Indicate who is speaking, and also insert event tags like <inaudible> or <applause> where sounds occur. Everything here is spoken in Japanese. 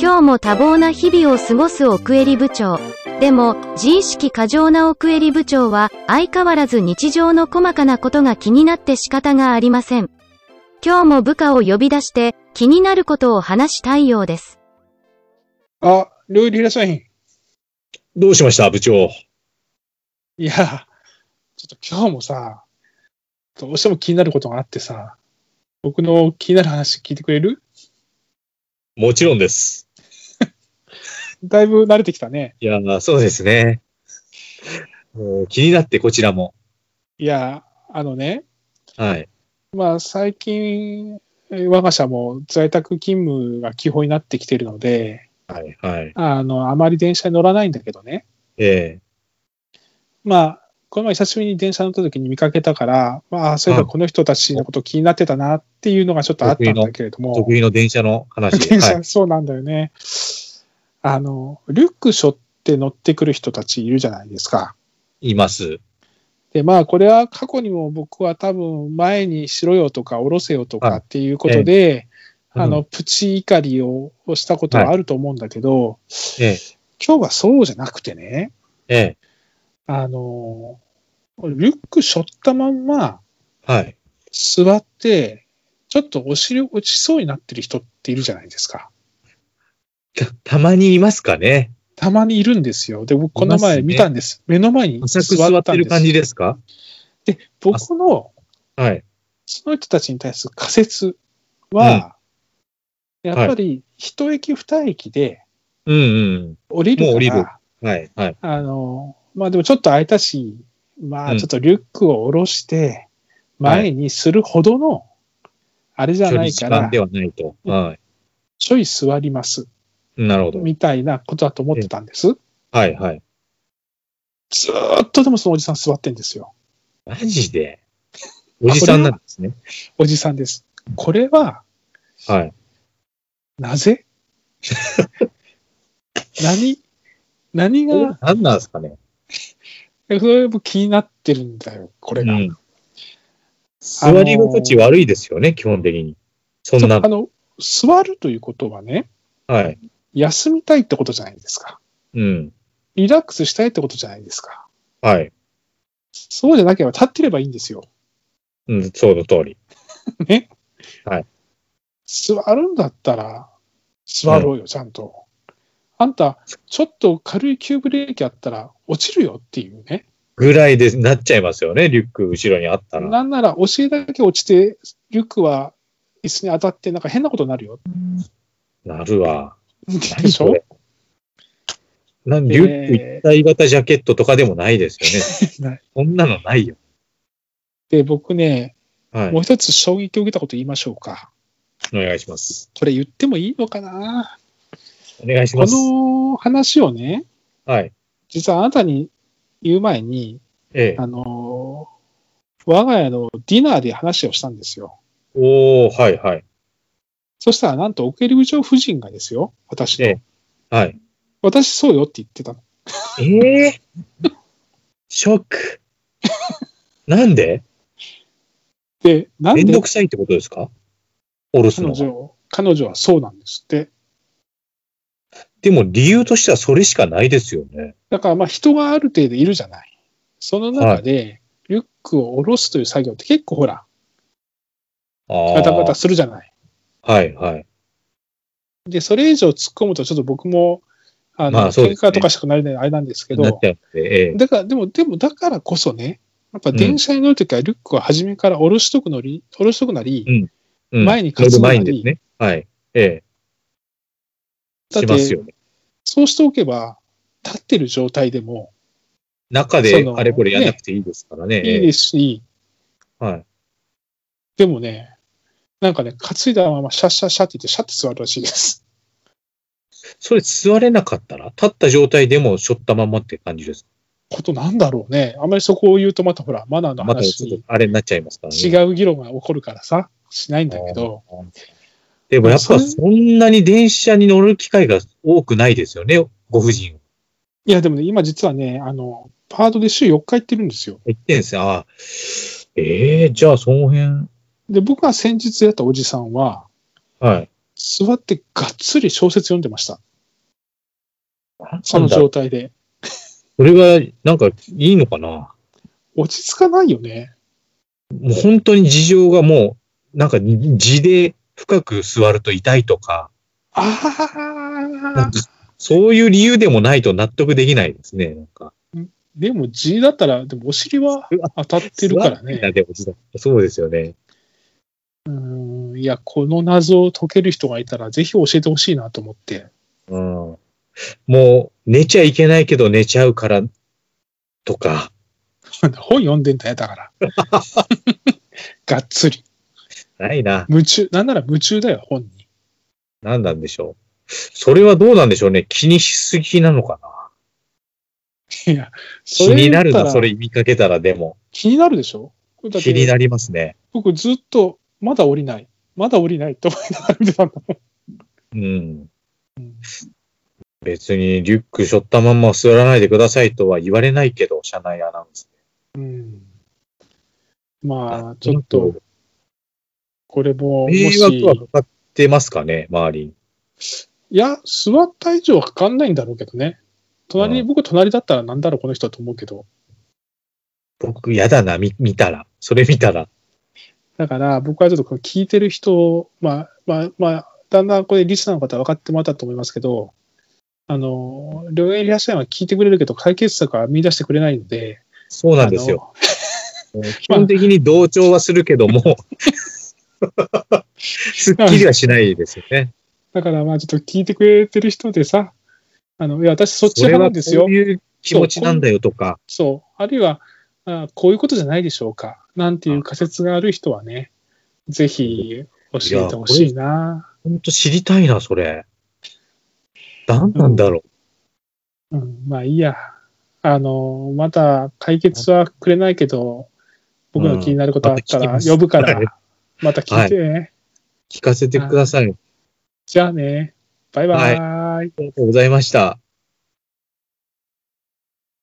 Speaker 1: 今日も多忙な日々を過ごす奥襟部長。でも、自意識過剰な奥襟部長は、相変わらず日常の細かなことが気になって仕方がありません。今日も部下を呼び出して、気になることを話したいようです。
Speaker 2: あ、料理いらっしゃい。
Speaker 3: どうしました、部長。
Speaker 2: いや、ちょっと今日もさ、どうしても気になることがあってさ、僕の気になる話聞いてくれる
Speaker 3: もちろんです。
Speaker 2: だいぶ慣れてきたね。
Speaker 3: いや、まあそうですね。もう気になって、こちらも。
Speaker 2: いや、あのね、
Speaker 3: はい。
Speaker 2: まあ最近、えー我が社も在宅勤務が基本になってきてるので、
Speaker 3: はい、はい。
Speaker 2: あの、あまり電車に乗らないんだけどね。
Speaker 3: え
Speaker 2: まあ、この前久しぶりに電車乗った時に見かけたから、まあ、そういえばこの人たちのこと気になってたなっていうのがちょっとあったんだけれど
Speaker 3: え
Speaker 2: も。
Speaker 3: 得意の電車の話
Speaker 2: <laughs>
Speaker 3: で。
Speaker 2: 電車、
Speaker 3: はい。
Speaker 2: そうなんだよね。あの、リュック背負って乗ってくる人たちいるじゃないですか。
Speaker 3: います。
Speaker 2: で、まあ、これは過去にも僕は多分、前にしろよとか、下ろせよとか
Speaker 3: はい
Speaker 2: っていうことで、
Speaker 3: うん
Speaker 2: あの、プチ怒りををしたことはあると思うんだけど、
Speaker 3: ええ
Speaker 2: 今日はそうじゃなくてね、
Speaker 3: え
Speaker 2: あの、リュック背負ったまんま
Speaker 3: えはい。
Speaker 2: 座って、ちょっとお尻落ちそうになってる人っているじゃないですか。
Speaker 3: た、たまにいますかね。
Speaker 2: たまにいるんですよ。で、僕、この
Speaker 3: います
Speaker 2: 前
Speaker 3: ね
Speaker 2: 見たんです。目の前に
Speaker 3: 浅く座ってる感じ
Speaker 2: で。
Speaker 3: ですか
Speaker 2: で、僕の、
Speaker 3: はい。
Speaker 2: その人たちに対する仮説は、やっぱり、一駅二駅で
Speaker 3: うんうん
Speaker 2: 降りるから、
Speaker 3: もう降りるうん。はい、はい。
Speaker 2: あの、まあでもちょっと空いたし、ま
Speaker 3: う
Speaker 2: あ
Speaker 3: ん
Speaker 2: ちょっとリュックを下ろして、前にするほどの、あれじゃ
Speaker 3: 距
Speaker 2: な
Speaker 3: 離
Speaker 2: いか
Speaker 3: 感
Speaker 2: ら
Speaker 3: で、はないと。はい。
Speaker 2: ちょい座ります、
Speaker 3: なるほど。
Speaker 2: みたいなことだと思ってたんです。
Speaker 3: はい、はい。
Speaker 2: ずーっとでもそのおじさん座ってんですよ。
Speaker 3: マジで。おじさんなんですね。
Speaker 2: おじさんです。これは、
Speaker 3: はい。
Speaker 2: なぜ <laughs> 何何が、
Speaker 3: 何なんですかね。
Speaker 2: それも気になってるんだよ、これが。
Speaker 3: うん座り心地悪いですよね、基本的に。そんな
Speaker 2: あの、座るということはね、
Speaker 3: はい。
Speaker 2: 休みたいってことじゃないですか。
Speaker 3: うん。
Speaker 2: リラックスしたいってことじゃないですか。
Speaker 3: はい。
Speaker 2: そうじゃなければ立ってればいいんですよ。
Speaker 3: うん、そうの通り。
Speaker 2: ね。
Speaker 3: はい。
Speaker 2: 座るんだったら、座ろうよ、ちゃんと。あんた、ちょっと軽い急ブレーキあったら落ちるよっていうね。
Speaker 3: ぐらいでなっちゃいますよね、リュック後ろにあったら。
Speaker 2: なんなら、お尻だけ落ちて、リュックは椅子に当たって、なんか変なことになるよ。
Speaker 3: なるわ。
Speaker 2: でしょ
Speaker 3: 何これなん
Speaker 2: えー
Speaker 3: リュック一体型ジャケットとかでもないですよ
Speaker 2: <laughs> な
Speaker 3: ね。そんなのないよ。
Speaker 2: で、僕ね、
Speaker 3: はい
Speaker 2: もう。一つ衝撃を受けたこと言いましょうか。
Speaker 3: お願いします。
Speaker 2: これ言ってもいいのかな
Speaker 3: お願いし
Speaker 2: こ
Speaker 3: ます。
Speaker 2: の話をね、
Speaker 3: はい。
Speaker 2: 実はあなたに言う前に、
Speaker 3: ええ。
Speaker 2: あのー我が家のディナーで話をしたんですよ。
Speaker 3: おー、はい、はい。
Speaker 2: そしたら、なんと、奥入部長夫人がですよ、私の。
Speaker 3: ええはい。
Speaker 2: 私そうよって言ってたの。
Speaker 3: ええ <laughs> ショック。なんで
Speaker 2: で、なん
Speaker 3: めん
Speaker 2: で
Speaker 3: どくさいってことですかおろす
Speaker 2: 彼
Speaker 3: のは。
Speaker 2: 女、彼女はそうなんですって。
Speaker 3: でも理由としてはそれしかないですよね。
Speaker 2: だからまあ人がある程度いるじゃない。その中で、リュックを下ろすという作業って結構ほら、
Speaker 3: ああ。
Speaker 2: ガタガタするじゃない。
Speaker 3: はい、はい。
Speaker 2: で、それ以上突っ込むとちょっと僕も、あの、
Speaker 3: まあそう
Speaker 2: 喧
Speaker 3: ですね
Speaker 2: 嘩とかしかなれないあれなんですけ
Speaker 3: なっ
Speaker 2: ど、
Speaker 3: ちゃって、ええ。
Speaker 2: だから、でも、でもだからこそね、やっぱ電車に乗るときはリュックを初めから下ろしとくのり、下ろしとくなり、
Speaker 3: うん
Speaker 2: 前に
Speaker 3: 乗
Speaker 2: 担ぐな
Speaker 3: る
Speaker 2: り
Speaker 3: 前にですね。はい。ええ。
Speaker 2: だっ
Speaker 3: してますよね。
Speaker 2: そうしておけば、立ってる状態でも
Speaker 3: 中
Speaker 2: そ
Speaker 3: で
Speaker 2: の
Speaker 3: あれこれやんなくていいですから
Speaker 2: い
Speaker 3: ね。
Speaker 2: い
Speaker 3: え
Speaker 2: ですし、
Speaker 3: えはい。
Speaker 2: でもね、なんかね、担いだままシャッシャッシャッって言って、シャッて座るらしいです。
Speaker 3: それ座れなかったら立った状態でもしょったままって感じです。
Speaker 2: ことなんだろうね。あまりそこを言うとまたほら、マナーの
Speaker 3: また
Speaker 2: 話
Speaker 3: ちょっ
Speaker 2: に
Speaker 3: とあれになっちゃいますからね。
Speaker 2: 違う議論が起こるからさ、しないんだけど、
Speaker 3: あー。でもやっぱそんなに電車に乗る機会が多くないですよね。ご婦人。
Speaker 2: いや、でもね、今実はね、あの、パートで週4日行ってるんですよ。
Speaker 3: 言ってんですよ。ああ。ええじゃあその辺。
Speaker 2: で、僕が先日やったおじさんは、
Speaker 3: はい。
Speaker 2: 座ってがっつり小説読んでました。
Speaker 3: なんだ
Speaker 2: その状態で。
Speaker 3: それは、なんか、いいのかな
Speaker 2: 落ち着かないよね。
Speaker 3: もう本当に事情がもう、なんか、地で深く座ると痛いとか、
Speaker 2: ああ。
Speaker 3: そういう理由でもないと納得できないですね。なんか。
Speaker 2: でも G だったら、でもお尻は当たってるから
Speaker 3: 座ってんだ
Speaker 2: ね。
Speaker 3: でも座ってそうですよね。
Speaker 2: うん。いや、この謎を解ける人がいたら、ぜひ教えてほしいなと思って。 <laughs>
Speaker 3: うん。もう、寝ちゃいけないけど寝ちゃうから、とか、
Speaker 2: 本読んでんだよ、だ
Speaker 3: <laughs>
Speaker 2: から。がっつり。
Speaker 3: ないな。
Speaker 2: 夢中。なんなら夢中だよ、本に。
Speaker 3: 何なんでしょう。それはどうなんでしょうね。気にしすぎなのかな。
Speaker 2: いや、
Speaker 3: 気になるな、そ
Speaker 2: れ言ったら。
Speaker 3: れ見かけたらでも。
Speaker 2: 気になるでしょこれだって
Speaker 3: 気になりますね。
Speaker 2: 僕ずっと、まだ降りない。まだ降りないと思いながら見てたんだもん。
Speaker 3: うん。別にリュック背負ったまんま座らないでくださいとは言われないけど、車内アナウンス。
Speaker 2: うん。まあ、ちょっと、これも、も
Speaker 3: 迷
Speaker 2: し、
Speaker 3: 惑はかかってますかね、周りに。
Speaker 2: いや、座った以上はかかんないんだろうけどね。隣に、
Speaker 3: うん
Speaker 2: 僕隣だったらなんだろう、この人と思うけど。
Speaker 3: 僕、やだな、見、見たら。それ見たら。
Speaker 2: だから、僕はちょっとこの聞いてる人、まあ、まあ、まあ、だんだんこれリスナーの方は分かってもらったと思いますけど、あの、両襟社員は聞いてくれるけど、解決策は見出してくれないので、
Speaker 3: そうなんですよ。基本的に同調はするけ
Speaker 2: <laughs>
Speaker 3: ども、すっきりはしないですよね。
Speaker 2: だからまあちょっと聞いてくれてる人でさ、あの、いや、私そっち
Speaker 3: 俺
Speaker 2: 派な
Speaker 3: は
Speaker 2: ん
Speaker 3: こ
Speaker 2: ですよ
Speaker 3: う。いう気持ちなんだよとか、
Speaker 2: そう。あるいは、あこういうことじゃないでしょうか。なんていう仮説がある人はね、ぜひ教えてほしいな。
Speaker 3: ほんと知りたいな、それ。何なんだろ
Speaker 2: うん、まあいいや。あの、また解決はくれないけど、僕の気になることあった
Speaker 3: うんま
Speaker 2: ら
Speaker 3: た聞きます
Speaker 2: 呼ぶから
Speaker 3: はい、
Speaker 2: また聞いてね。
Speaker 3: う。聞かせてください。
Speaker 2: じゃあね。バイバイ。
Speaker 3: ありがとうございました。